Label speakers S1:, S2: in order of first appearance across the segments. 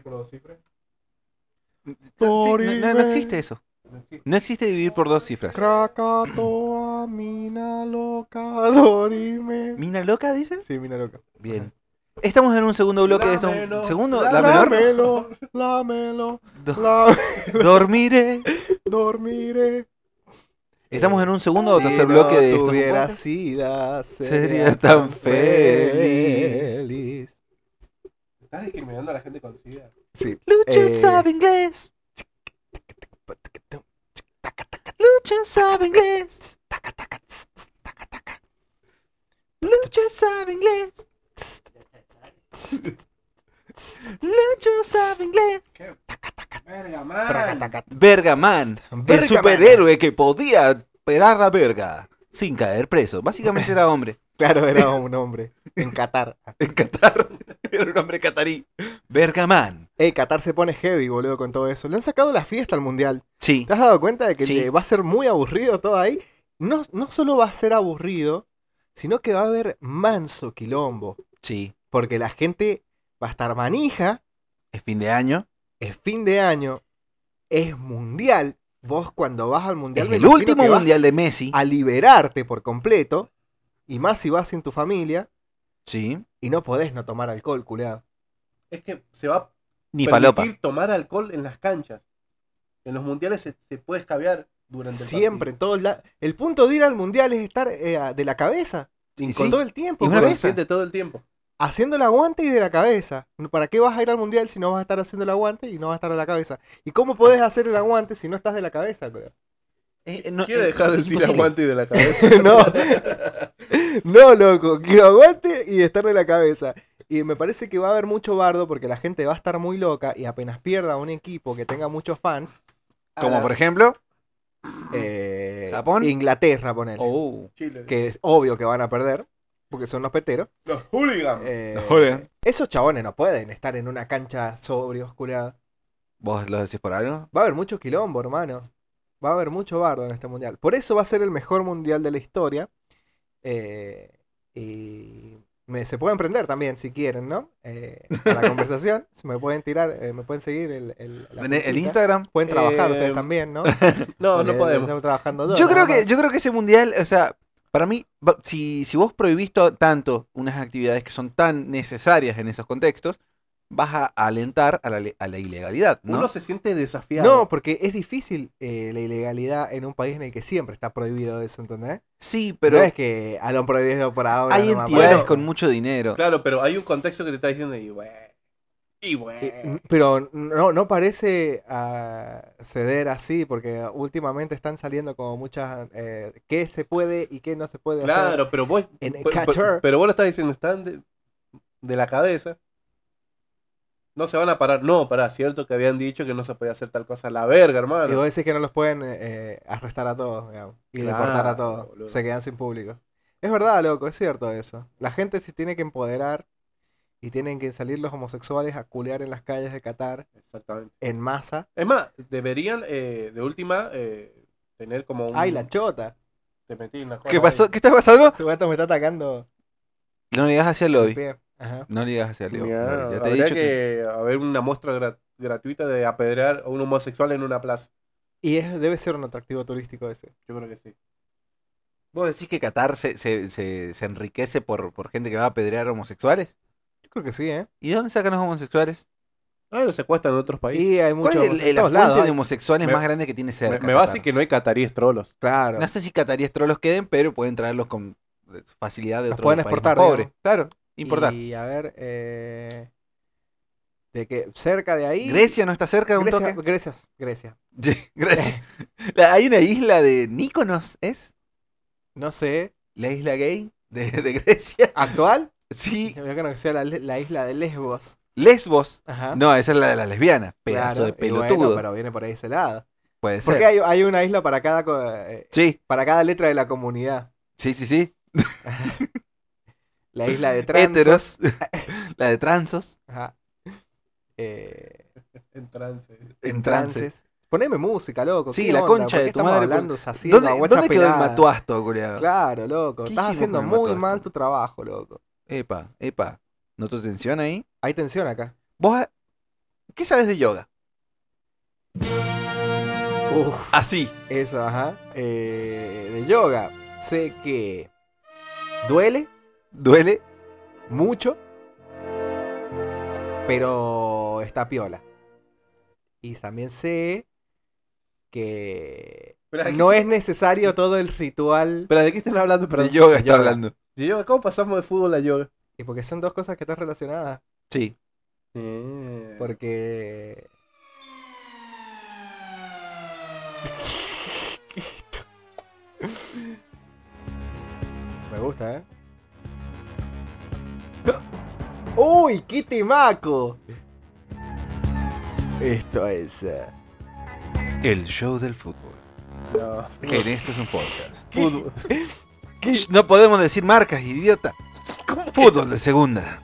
S1: por dos cifras?
S2: no,
S3: Sí, no- no- no existe eso.
S1: No existe.
S3: No existe dividir por dos cifras.
S2: Krakatoa, mina loca, dorime.
S3: ¿Mina loca, dice?
S2: Sí, mina loca.
S3: Bien. Estamos en un segundo bloque de esto.
S1: Dámelo,
S3: Segundo, la
S1: dámelo.
S3: menor.
S2: Lámelo, lámelo,
S3: Do-
S2: la-
S3: dormiré.
S2: dormiré.
S3: Estamos en un segundo o
S2: Si
S3: tercer
S2: no
S3: bloque de esto.
S2: tuviera sida,
S3: Sería tan feliz.
S2: feliz.
S1: Estás discriminando a la gente con SIDA.
S2: Sí.
S3: Lucho
S2: Eh,
S3: sabe inglés. Lucho sabe inglés. Lucho sabe inglés. Lucho sabe inglés.
S1: ¿Qué? Verga, man.
S3: Bergaman, Ah. el
S2: Bergaman.
S3: superhéroe que podía pelar la verga sin caer preso. Básicamente era hombre.
S2: Claro, era un hombre. En Qatar.
S3: En Qatar. Era un hombre catarí. Bergaman.
S2: Ey, Qatar se pone heavy, boludo, con todo eso. Le han sacado la fiesta al mundial.
S3: Sí.
S2: ¿Te has dado cuenta de que
S3: Sí.
S2: te va a ser muy aburrido todo ahí? No, no solo va a ser aburrido, sino que va a haber manso quilombo.
S3: Sí.
S2: Porque la gente va a estar manija,
S3: Es fin de año.
S2: es fin de año, es mundial. Vos cuando vas al mundial...
S3: Es
S2: me
S3: el
S2: imagino
S3: último
S2: que vas
S3: mundial de Messi.
S2: A liberarte por completo, y más si vas sin tu familia,
S3: Sí.
S2: y no podés no tomar alcohol, culeado.
S1: Es que se va a
S3: Ni falopa.
S1: permitir tomar alcohol en las canchas. En los mundiales se, se puede escabear durante el
S2: Siempre,
S1: partido.
S2: en todos lados. El punto de ir al mundial es estar eh, a- de la cabeza,
S3: Y
S2: con
S3: sí.
S2: todo el tiempo.
S3: Y una
S2: boludo.
S3: vez-
S1: Siente todo el tiempo.
S2: haciendo el aguante y de la cabeza. ¿Para qué vas a ir al mundial si no vas a estar haciendo el aguante y no vas a estar de la cabeza? ¿Y cómo podés hacer el aguante si no estás de la cabeza? creo?
S3: Eh, eh, no,
S1: Quiero
S3: eh,
S1: dejar el sin
S3: imposible.
S1: aguante de la cabeza.
S2: no, no, loco, quiero aguante y estar de la cabeza. Y me parece que va a haber mucho bardo porque la gente va a estar muy loca y apenas pierda un equipo que tenga muchos fans,
S1: ah,
S3: Como por ejemplo.
S2: eh,
S3: ¿Japón?
S2: Inglaterra, poner,
S3: Oh.
S1: Chile.
S2: que es obvio que van a perder porque son los peteros.
S1: Los hooligans.
S2: eh,
S3: Joder.
S2: esos chabones no pueden estar en una cancha sobrios, culiados.
S3: ¿Vos lo decís por algo?
S2: Va a haber mucho quilombo, hermano. Va a haber mucho bardo en este mundial. Por eso va a ser el mejor mundial de la historia. Eh, y me- se pueden prender también si quieren, ¿no? Eh, a la conversación. Si me pueden tirar, eh, me pueden seguir el, el- la
S3: En el- el
S2: cuentita.
S3: Instagram.
S2: Pueden trabajar
S1: Eh,
S2: ustedes también, ¿no?
S1: no,
S2: Porque
S1: no podemos.
S2: estamos trabajando todos,
S3: Yo
S2: nada
S3: creo que,
S2: más.
S3: yo creo que ese mundial, o sea, para mí, va- si, si vos prohibís to- tanto unas actividades que son tan necesarias en esos contextos, vas a alentar a la, le- a la ilegalidad, ¿no?
S1: Uno se siente desafiado.
S2: No, porque es difícil eh, la ilegalidad en un país en el que siempre está prohibido eso, ¿entendés?
S3: Sí,
S2: Pero
S3: pero
S2: es que a lo prohibido por ahora.
S3: hay
S2: nomás,
S3: entidades
S2: bueno.
S3: con mucho dinero.
S1: Claro, pero hay un contexto que te está diciendo y bueno. Y
S2: Eh,
S1: bueno.
S2: n- Pero no, no parece ah, ceder así, porque últimamente están saliendo como muchas... Eh, ¿Qué se puede y qué no se puede hacer?
S1: Claro, pero vos.
S2: En
S1: pe- pe-
S2: Qatar.
S1: pero vos lo estás diciendo, están de, de la cabeza. No se van a parar. No, pará, cierto que habían dicho que no se podía hacer tal cosa. La verga,
S2: Y vos
S1: hermano.
S2: decís que no los pueden eh, arrestar a todos, digamos, y
S1: Claro,
S2: deportar a todos.
S1: boludo.
S2: Se quedan sin público. Es verdad, loco, es cierto eso. La gente se tiene que empoderar y tienen que salir los homosexuales a culear en las calles de Qatar
S1: Exactamente.
S2: en masa.
S1: Es más, deberían eh, de última eh, tener como un.
S2: ¡Ay, la chota!
S1: Te metí en la cola,
S3: ¿Qué
S1: ahí.
S3: pasó? ¿Qué está pasando?
S2: Tu gato me está atacando.
S3: No le digas hacia el
S2: el
S3: lobby.
S2: pie. Ajá.
S3: No le digas hacia el lobby.
S1: Mirá,
S3: No, Ya te he
S1: habría
S3: dicho
S1: que,
S3: que...
S1: haber una muestra grat- gratuita de apedrear a un homosexual en una plaza.
S2: Y es, debe ser un atractivo turístico ese.
S1: Yo creo que sí.
S3: ¿Vos decís que Qatar se, se, se, se enriquece por, por gente que va a apedrear homosexuales?
S2: Yo creo que sí, ¿eh?
S3: ¿Y de dónde sacan los homosexuales?
S1: Ah, lo secuestran en otros países.
S2: Y hay
S3: ¿Cuál
S2: muchos.
S3: es el, el
S2: todos
S3: afluente
S2: lados eh,
S3: de
S2: hay-
S3: homosexuales
S1: Me-
S3: más grande que tiene
S1: Me,
S3: cerca?
S1: me va a
S3: Qatar?
S1: decir que no hay cataríes trolos.
S2: Claro.
S3: No sé si cataríes trolos queden, pero pueden traer los con eh, facilidad de
S2: Los
S3: otros
S2: pueden
S3: países más
S2: exportar,
S3: pobres.
S2: digamos.
S3: Claro, importar.
S2: Y a ver, eh, de que cerca de ahí.
S3: ¿Grecia no está cerca de un
S2: Grecia,
S3: toque?
S2: Grecia, Grecia.
S3: Sí, Grecia. La- hay una isla de Níconos, ¿es?
S2: No sé.
S3: La isla gay de, de Grecia.
S2: ¿Actual?
S3: Sí,
S2: Yo creo que sea la, la isla de Lesbos.
S3: Lesbos.
S2: Ajá.
S3: No, esa es la de las lesbianas. Pedazo
S2: Ah. Claro,
S3: de
S2: y bueno,
S3: pelotudo.
S2: pero viene por ahí ese lado.
S3: Puede
S2: Porque
S3: ser.
S2: hay, hay una isla para cada, co- eh,
S3: Sí,
S2: para cada letra de la comunidad.
S3: sí, sí, sí.
S2: La isla de Transo.
S3: Héteros. la de transos.
S2: Ajá. Eh,
S1: En trance.
S3: En trances.
S2: Poneme música, loco.
S3: Sí,
S2: ¿qué
S3: la
S2: onda?
S3: concha de
S2: ¿Por qué
S3: tu
S2: estamos
S3: madre,
S2: Hablando, saciendo
S3: ¿Dónde,
S2: aguacha
S3: dónde quedó el
S2: pelada?
S3: matuasto, culiado?
S2: Claro, loco.
S3: ¿Qué
S2: Estás
S3: hicimos
S2: haciendo
S3: con el
S2: muy
S3: Matuasto?
S2: mal tu trabajo, loco.
S3: Epa, epa. ¿Notó tensión ahí?
S2: Hay tensión acá.
S3: Vos, ¿Qué sabes de yoga?
S2: Uf,
S3: Así.
S2: eso, ajá. Eh, de yoga. Sé que duele
S3: Duele.
S2: mucho, pero está piola. Y también sé que
S1: Pero aquí-
S2: no es necesario todo el ritual.
S1: Pero ¿de qué están hablando? Perdón.
S3: de yoga está
S2: yoga.
S3: hablando.
S1: Yo- yo- ¿Cómo pasamos de fútbol a yoga?
S2: Y porque son dos cosas que están relacionadas.
S3: Sí.
S1: Eh,
S2: Porque. Me gusta, ¿eh? ¡Uy, qué temaco! Esto es. eh,
S3: El show del fútbol.
S1: no.
S3: Que en esto es un podcast.
S1: Fútbol.
S3: Shh, Mm. No podemos decir marcas, idiota. Fútbol de segunda.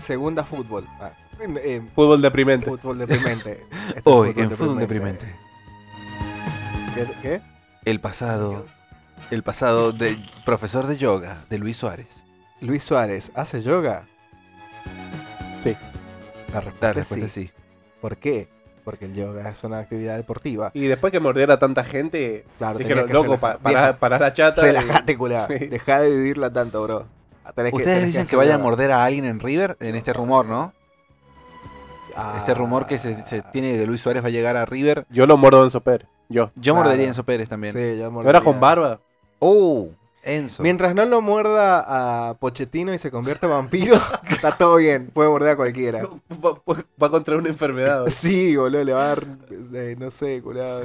S2: Segunda fútbol. Ah, en- en
S1: Fútbol deprimente.
S2: fútbol deprimente. Esto
S3: Hoy
S2: es
S3: en Este Fútbol Deprimente.
S1: ¿Qué? qué?
S3: El pasado. El pasado del profesor de yoga de Luis Suárez.
S2: Luis Suárez, ¿hace yoga?
S1: Sí.
S2: La respuesta,
S3: La
S2: es
S3: respuesta
S2: Pues sí.
S3: es pues, sí.
S2: ¿Por qué? Porque el yoga es una actividad deportiva.
S1: Y después que mordiera tanta gente,
S2: Claro,
S1: dijeron,
S2: tenía que
S1: loco,
S2: relajar-
S1: pa- para,
S2: Viejo,
S1: para la chata. y-
S2: Relájate, culá.
S1: Sí.
S2: Deja de vivirla tanto, bro. Tenés que- tenés
S3: Ustedes dicen
S2: hacer
S3: que vaya a
S2: yoga.
S3: morder a alguien en River en este rumor, ¿no?
S2: Ah.
S3: Este rumor que se, se tiene de que Luis Suárez va a llegar a River.
S1: Yo lo mordo a Enzo Pérez. Yo.
S3: Yo
S2: Claro.
S3: mordería a Enzo Pérez también.
S2: Sí,
S1: ¿No
S2: yo
S1: era
S2: mordería.
S1: con barba?
S3: Oh, Enzo.
S2: Mientras no lo muerda a Pochettino y se convierte en vampiro, está todo bien. Puede morder a cualquiera.
S1: Va, va- va contra una enfermedad.
S2: Sí, boludo, le va a dar, eh, no sé, culá.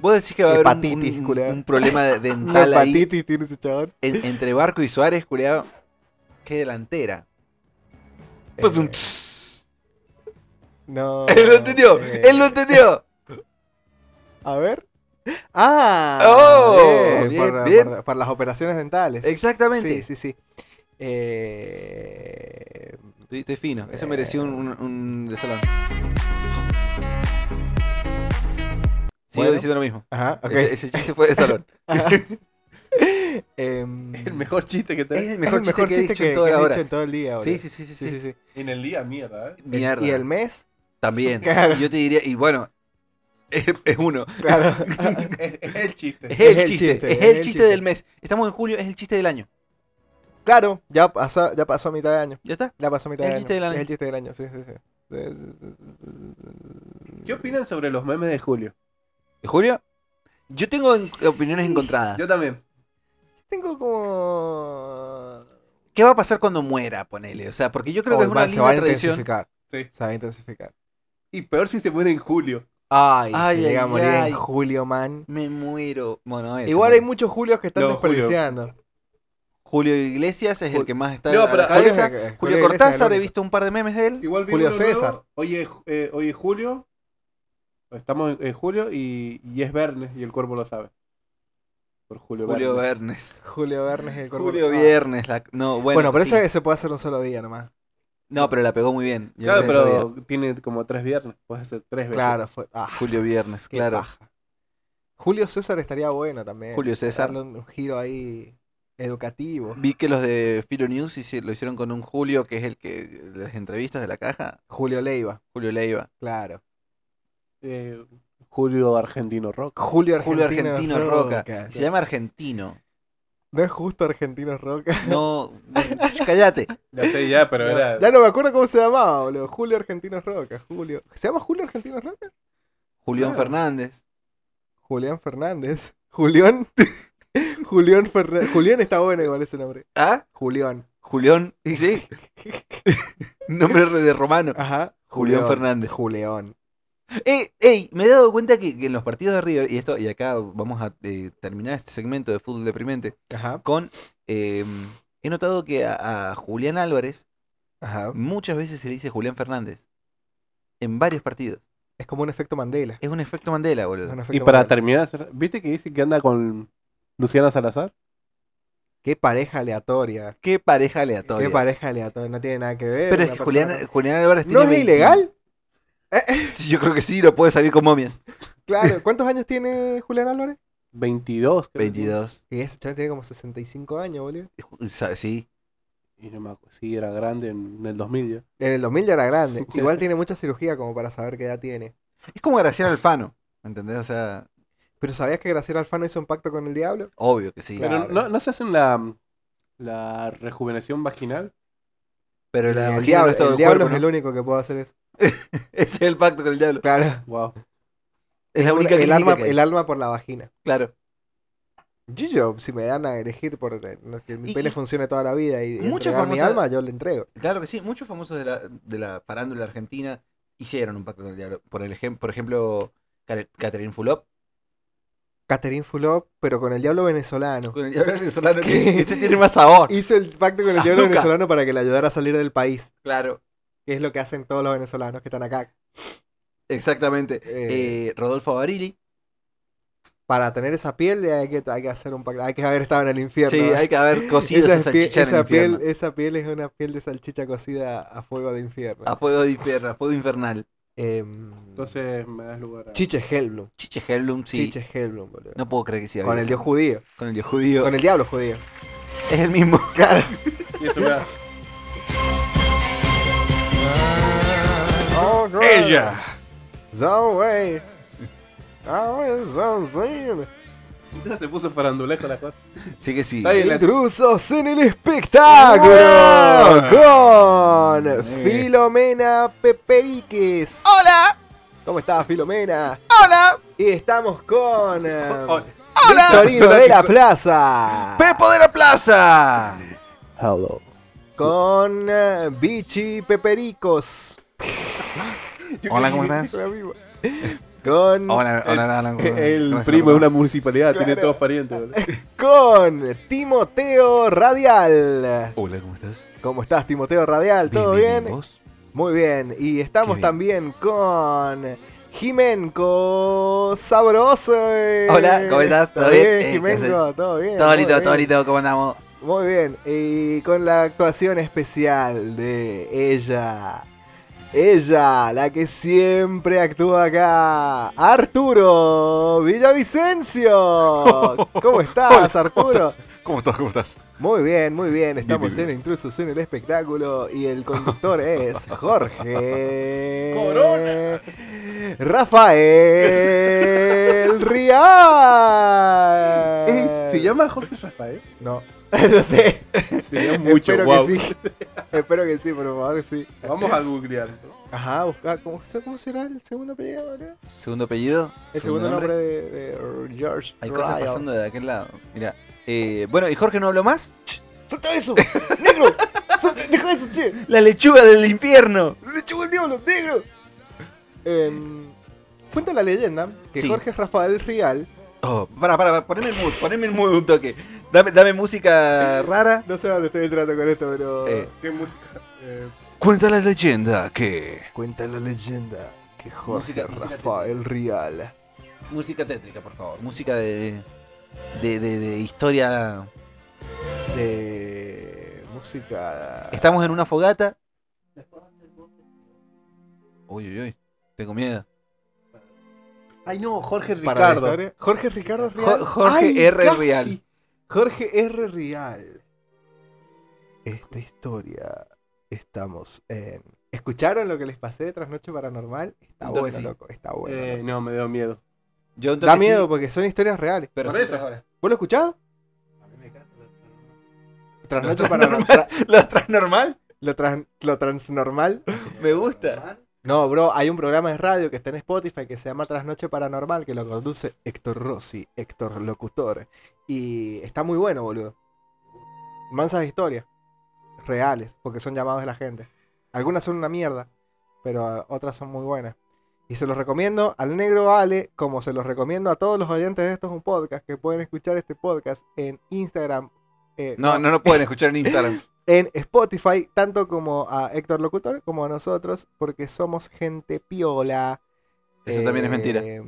S3: Vos decís que va a haber un-
S2: Hepatitis,
S3: un,
S2: culiao.
S3: un problema de-
S2: Una
S3: dental ahí
S2: hepatitis tiene ese chabón.
S3: en- entre Barco y Suárez, culiado. Qué delantera.
S2: Eh,
S3: Pum, tss.
S2: no.
S3: él lo entendió,
S2: eh,
S3: él lo entendió.
S2: A ver. ¡Ah!
S3: Oh, bien,
S2: por-
S3: bien.
S2: por- por las operaciones dentales.
S3: Exactamente.
S2: Sí, sí, sí. Eh,
S3: Estoy, estoy fino. Eso mereció un, un, un de salón. Sigo
S2: Bueno.
S3: diciendo lo mismo.
S2: ajá, ok.
S3: Ese, ese chiste fue de salón.
S2: Ajá. Em,
S1: El mejor chiste que
S3: es
S1: te.
S3: el mejor chiste que he dicho en toda
S2: que he
S3: la hora.
S2: dicho en todo el día. boludo.
S3: Sí, sí, sí, sí. sí.
S2: sí, sí.
S1: En el día, mierda, ¿eh?
S3: Mierda.
S2: Y el mes,
S3: También.
S2: Claro.
S3: Yo te diría, y bueno, es, es uno.
S2: claro.
S1: Es, es el chiste.
S3: Es el, chiste, es el chiste, del mes. Estamos en julio, es el chiste del año.
S2: claro, ya pasó, ya pasó mitad de año.
S3: ¿Ya está?
S2: Ya pasó mitad
S3: El
S2: de
S3: chiste del
S2: año.
S3: año.
S2: Es el chiste del año, sí, sí, sí. Sí, sí, sí, sí, sí.
S1: ¿Qué opinan sobre los memes de Julio?
S3: ¿De julio? Yo tengo en- opiniones encontradas.
S1: Yo también.
S2: Tengo como...
S3: ¿Qué va a pasar cuando muera, ponele? O sea, porque yo creo
S2: Oh,
S3: que es
S2: va-
S3: una
S2: se va a
S3: linda tradición.
S2: intensificar.
S1: Sí.
S2: Se va a intensificar.
S1: Y peor si se muere en julio.
S2: Ay,
S3: Ay,
S2: se llega a
S3: ay,
S2: morir
S3: ay.
S2: en julio, man.
S3: Me muero. Bueno, ese,
S2: Igual
S3: ¿no?
S2: hay muchos Julios que están
S1: No, Julio.
S2: desperdiciando.
S3: Julio Iglesias es el
S2: Jul-
S3: que más está
S1: No,
S3: a la
S1: pero Julio
S3: cabeza.
S2: Iglesias-
S3: Julio,
S2: Julio Iglesias es el
S3: Cortázar, he
S2: único.
S3: visto un par de memes de él.
S1: Igual vi
S2: Julio
S1: uno nuevo,
S2: César.
S1: Oye, ju- eh, oye, Julio. Estamos en, en julio y, y es viernes y el cuerpo lo sabe. Por Julio,
S3: Julio
S1: Verne.
S3: Viernes.
S2: Julio Viernes el cuerpo-
S3: Julio
S2: Ah.
S3: Viernes. la- No, bueno.
S2: Bueno, pero
S3: sí.
S2: ese se puede hacer un solo día nomás.
S3: No, pero la pegó muy bien. Yo
S1: Claro,
S3: creo que está bien.
S1: pero tiene como tres viernes. Puedes hacer tres veces.
S2: Claro, fue. Ah,
S3: Julio Viernes,
S2: qué
S3: claro.
S2: paja. eh. Julio César estaría bueno también.
S3: Julio César.
S2: Darle un giro ahí educativo.
S3: Vi que los de Filo News hici- lo hicieron con un Julio, que es el que de las entrevistas de la caja,
S2: Julio Leiva,
S3: Julio Leiva.
S2: claro.
S1: Eh, Julio Argentino Rock.
S2: Julio Argentino,
S3: Julio Argentino Roca.
S2: Roca.
S3: Se llama Argentino.
S2: No es justo Argentino Roca.
S3: No, cállate.
S1: Ya sé, ya, pero
S2: Ya-
S1: era.
S2: Ya no me acuerdo cómo se llamaba, boludo. Julio Argentino Roca. Julio. ¿Se llama Julio Argentino Roca?
S3: Julián
S1: Claro.
S3: Fernández.
S2: Julián Fernández. Julián. Julián Fernández. Julián está bueno igual ese nombre.
S3: ¿Ah?
S2: Julián.
S3: Julián. Y sí. Nombre de romano.
S2: Ajá.
S3: Julián Fernández.
S2: Julián.
S3: Ey, Eh, ey, me he dado cuenta que, que en los partidos de River, y esto, y acá vamos a eh, terminar este segmento de fútbol deprimente,
S2: Ajá.
S3: con eh, he notado que a, a Julián Álvarez
S2: Ajá.
S3: muchas veces se le dice Julián Fernández. En varios partidos.
S2: Es como un efecto Mandela.
S3: Es un efecto Mandela, boludo.
S2: Un efecto
S1: Y para
S2: Mandela.
S1: terminar, ¿viste que dice que anda con Luciana Salazar?
S2: Qué pareja aleatoria.
S3: Qué pareja
S2: Qué
S3: aleatoria.
S2: pareja aleatoria. No tiene nada que ver.
S3: Pero es
S2: una
S3: que Julián,
S2: persona-
S3: Julián Álvarez
S2: ¿No
S3: tiene
S2: es
S3: 20.
S2: ilegal? Eh, eh,
S3: Sí, Yo creo que sí, no puede salir con momias.
S2: claro. ¿Cuántos años tiene Julián Álvarez?
S1: 22. creo que tiene.
S3: 22.
S2: Y ese chaval tiene como 65 años, boludo.
S3: Ju- sa- Sí.
S1: Y no me acuerdo, sí, era grande en, en el 2000 ya.
S2: En el 2000 ya era grande. Igual tiene mucha cirugía como para saber qué edad tiene.
S3: Es como Graciela Alfano, ¿entendés? O sea,
S2: Pero ¿sabías que Graciela Alfano hizo un pacto con el diablo?
S3: obvio que sí.
S1: Pero
S2: Claro.
S1: ¿no, ¿no se hacen la, la rejuvenación vaginal?
S3: Pero la vagina
S2: el
S3: no
S2: diablo,
S3: es todo
S2: el
S3: el
S2: diablo
S3: cuerpo,
S2: es el
S3: ¿no?
S2: único que puede hacer eso.
S3: Ese es el pacto con el diablo.
S2: Claro.
S1: Wow.
S3: Es la única
S2: el,
S3: clínica
S2: alma,
S3: que hay.
S2: el alma por la vagina.
S3: Claro.
S2: Yo, yo, si me dan a elegir por eh, no, que mi
S3: Y-
S2: pene
S3: y-
S2: funcione toda la vida y
S3: Muchos
S2: entregar mi
S3: famosos-
S2: alma, yo le entrego.
S3: Claro que sí, muchos famosos de la, de la farándula argentina hicieron un pacto con el diablo. Por, el ejem- por ejemplo, Care- Catherine Fulop
S2: Catherine Fulop, pero con el diablo venezolano.
S3: con el diablo venezolano, que
S2: ¿Qué?
S3: ese tiene más sabor.
S2: Hizo el pacto con el
S3: Ah,
S2: diablo
S3: Luca.
S2: venezolano para que le ayudara a salir del país.
S3: Claro,
S2: Que es lo que hacen todos los venezolanos que están acá.
S3: exactamente.
S2: Eh.
S3: Eh, Rodolfo Barili.
S2: Para tener esa piel eh, hay que, hay que hacer un pacto. Hay que haber estado en el infierno.
S3: Sí,
S2: ¿eh?
S3: hay que haber cocido
S2: esa,
S3: esa,
S2: pie-
S3: salchicha en el
S2: esa piel,
S3: infierno.
S2: esa piel es una piel de salchicha cocida a fuego de infierno.
S3: A fuego de infierno, a fuego infernal.
S2: Em,
S1: Entonces me das lugar a...
S2: Chiche Helblum.
S3: Chiche Hellum, sí.
S2: Chiche Helblum, boludo.
S3: No puedo creer que sea
S2: con el
S3: eso.
S2: dios judío.
S3: Con el dios judío.
S2: Con el diablo judío.
S3: Es el mismo.
S2: Claro.
S1: Y eso me da-
S2: Oh, Some way. Ahora son sin.
S1: Entonces se puso farandulejo la cosa.
S3: Sí que sí.
S1: Está bien.
S2: Intrusos en el espectáculo. Con Filomena Peperiques.
S3: ¡Hola!
S2: ¿Cómo estás, Filomena?
S3: ¡Hola!
S2: Y estamos con. eh,
S1: Oh,
S3: ¡Hola!
S2: Torino de la Plaza.
S3: ¡Pepo de la Plaza!
S1: Hello.
S2: Con eh, Bichi Pepericos.
S3: Hola, ¿cómo estás?
S2: Era vivo. Con,
S3: Hola, hola, hola. ¿cómo-
S1: El
S3: cómo se
S1: primo de
S3: llama?
S1: una municipalidad, tiene
S2: Claro.
S1: todos parientes. boludo.
S2: con Timoteo Radial.
S3: Hola, ¿cómo estás?
S2: ¿Cómo estás, Timoteo Radial? ¿Todo bien?
S3: ¿vos?
S2: Muy bien. Y estamos
S3: Qué bien.
S2: también con Jimenco Sabroso.
S3: Hola, ¿cómo estás? ¿Todo
S2: ¿Todo
S3: bien?
S2: bien,
S3: Eh, ¿qué
S2: Jimenco?
S3: haces?
S2: ¿Todo bien?
S3: Todo
S2: muy
S3: lindo, todo
S2: bien.
S3: lindo, ¿cómo andamos?
S2: Muy bien, y con la actuación especial de ella. Ella, la que siempre actúa acá, Arturo Villavicencio. ¿Cómo estás, Arturo?
S4: ¿Cómo estás? ¿Cómo estás?
S2: Muy bien, muy bien. Estamos
S4: bien,
S2: en
S4: bien.
S2: Intrusos en el espectáculo y el conductor es Jorge
S1: Corona.
S2: Rafael
S1: Eh,
S2: Rial.
S1: ¿Se llama Jorge Rafael?
S2: No, no sé.
S1: Sería mucho,
S2: Espero
S1: wow.
S2: que sí. Espero que sí, por favor, que sí.
S1: Vamos a googlear.
S2: Ajá, buscar. ¿Cómo, cómo será el segundo apellido, boludo?
S3: ¿Segundo apellido?
S2: El segundo nombre de, de George.
S3: Hay cosas
S2: Ryle.
S3: pasando de aquel lado. Mira. Eh, bueno, ¿y Jorge no habló más?
S2: ¡Suelta eso! ¡Negro! ¡Suelta! ¡Deja eso, che!
S3: ¡La lechuga del infierno!
S2: ¡Le chupó el diablo! ¡Negro! Em, cuenta la leyenda que
S3: Sí.
S2: Jorge Rafael Rial
S3: Oh, para, para, para, poneme el mood, poneme el mood un toque. Dame, dame música rara.
S2: No sé dónde estoy entrando con esto, pero.
S3: Eh.
S1: ¿Qué música? Eh,
S3: Cuenta la leyenda que.
S2: Cuenta la leyenda que Jorge
S3: Música- música
S2: Rafael Rial.
S3: Música tétrica, por favor. Música de. de, de, de historia.
S2: De. Música.
S3: Estamos en una fogata. Uy, uy, uy. Tengo miedo.
S1: Ay no, Jorge
S2: para la
S1: Ricardo.
S2: historia. Jorge Ricardo Rial.
S3: Jo- Jorge
S2: Ay,
S3: R.
S2: casi.
S3: Rial.
S2: Jorge R. Rial. Esta historia. Estamos en. ¿Escucharon lo que les pasé de Trasnoche Paranormal? Está
S3: Un toque
S2: bueno,
S3: sí.
S2: loco. Está bueno.
S1: Eh,
S2: loco.
S1: no, me dio miedo.
S3: Yo
S2: Da miedo porque son historias reales.
S3: pero
S1: Por
S3: sí
S1: eso.
S3: tres horas.
S2: ¿Vos lo escuchás? Trasnoche
S3: ¿Lo
S2: Paranormal.
S3: transnormal? ¿Lo transnormal?
S2: lo, tran- lo transnormal.
S3: Me gusta.
S2: No, bro, hay un programa de radio que está en Spotify que se llama Trasnoche Paranormal que lo conduce Héctor Rossi, Héctor Locutor. Y está muy bueno, boludo. Mansas historias. Reales, porque son llamados de la gente. Algunas son una mierda, pero otras son muy buenas. Y se los recomiendo al negro Ale, como se los recomiendo a todos los oyentes de estos un podcast, que pueden escuchar este podcast en Instagram. eh,
S3: No, no lo pueden escuchar en Instagram.
S2: en Spotify, tanto como a Héctor Locutor como a nosotros, porque somos gente piola.
S3: Eso también es mentira.
S2: Eh,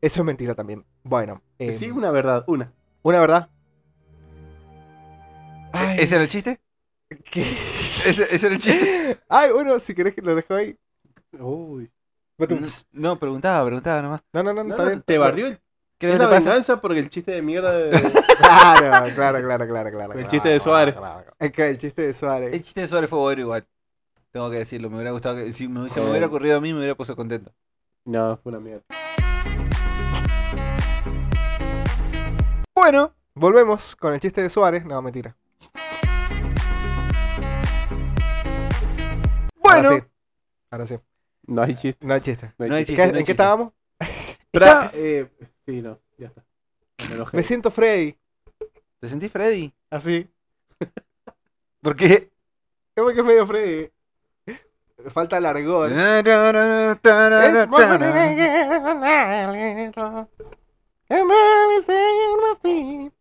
S2: Eso es mentira también. Bueno, eh,
S1: Sí, una verdad, una.
S2: una verdad.
S3: ¿Ese era el chiste?
S2: ¿Qué?
S3: ¿Ese, ese era el chiste?
S2: Ay, bueno, si querés que lo dejo ahí.
S1: Uy.
S2: Batum.
S3: No, preguntaba, preguntaba nomás.
S2: No, no, no,
S1: No,
S2: no, está
S1: no,
S2: bien.
S1: te barrió el
S3: ¿Qué
S1: Es
S3: te
S1: la
S3: pasa?
S1: venganza porque el chiste de mierda de...
S2: Claro, claro, claro, claro, claro.
S1: El
S2: claro,
S1: chiste de
S2: claro,
S1: Suárez.
S2: claro. Es que el chiste de Suárez.
S3: El chiste de Suárez fue bueno igual. Tengo que decirlo, me hubiera gustado que si me hubiese, me hubiera ocurrido a mí me hubiera puesto contento.
S1: No, fue una mierda.
S3: Bueno,
S2: Volvemos con el chiste de Suárez. No, mentira.
S3: bueno.
S2: Ahora sí. Ahora sí.
S1: No hay chiste.
S2: No hay chiste.
S3: No hay
S2: ¿Qué-
S3: chiste,
S2: ¿En
S3: chiste.
S2: qué estábamos?
S1: Tra- eh, sí, no, ya está. Me enojé.
S2: Me siento Freddy.
S3: ¿Te sentís Freddy?
S2: Así.
S3: Porque
S2: Es porque es medio Freddy. Falta largón.
S3: Eh,
S2: Es por poner
S3: Bueno,
S2: a alguien, que me dice que no me fui.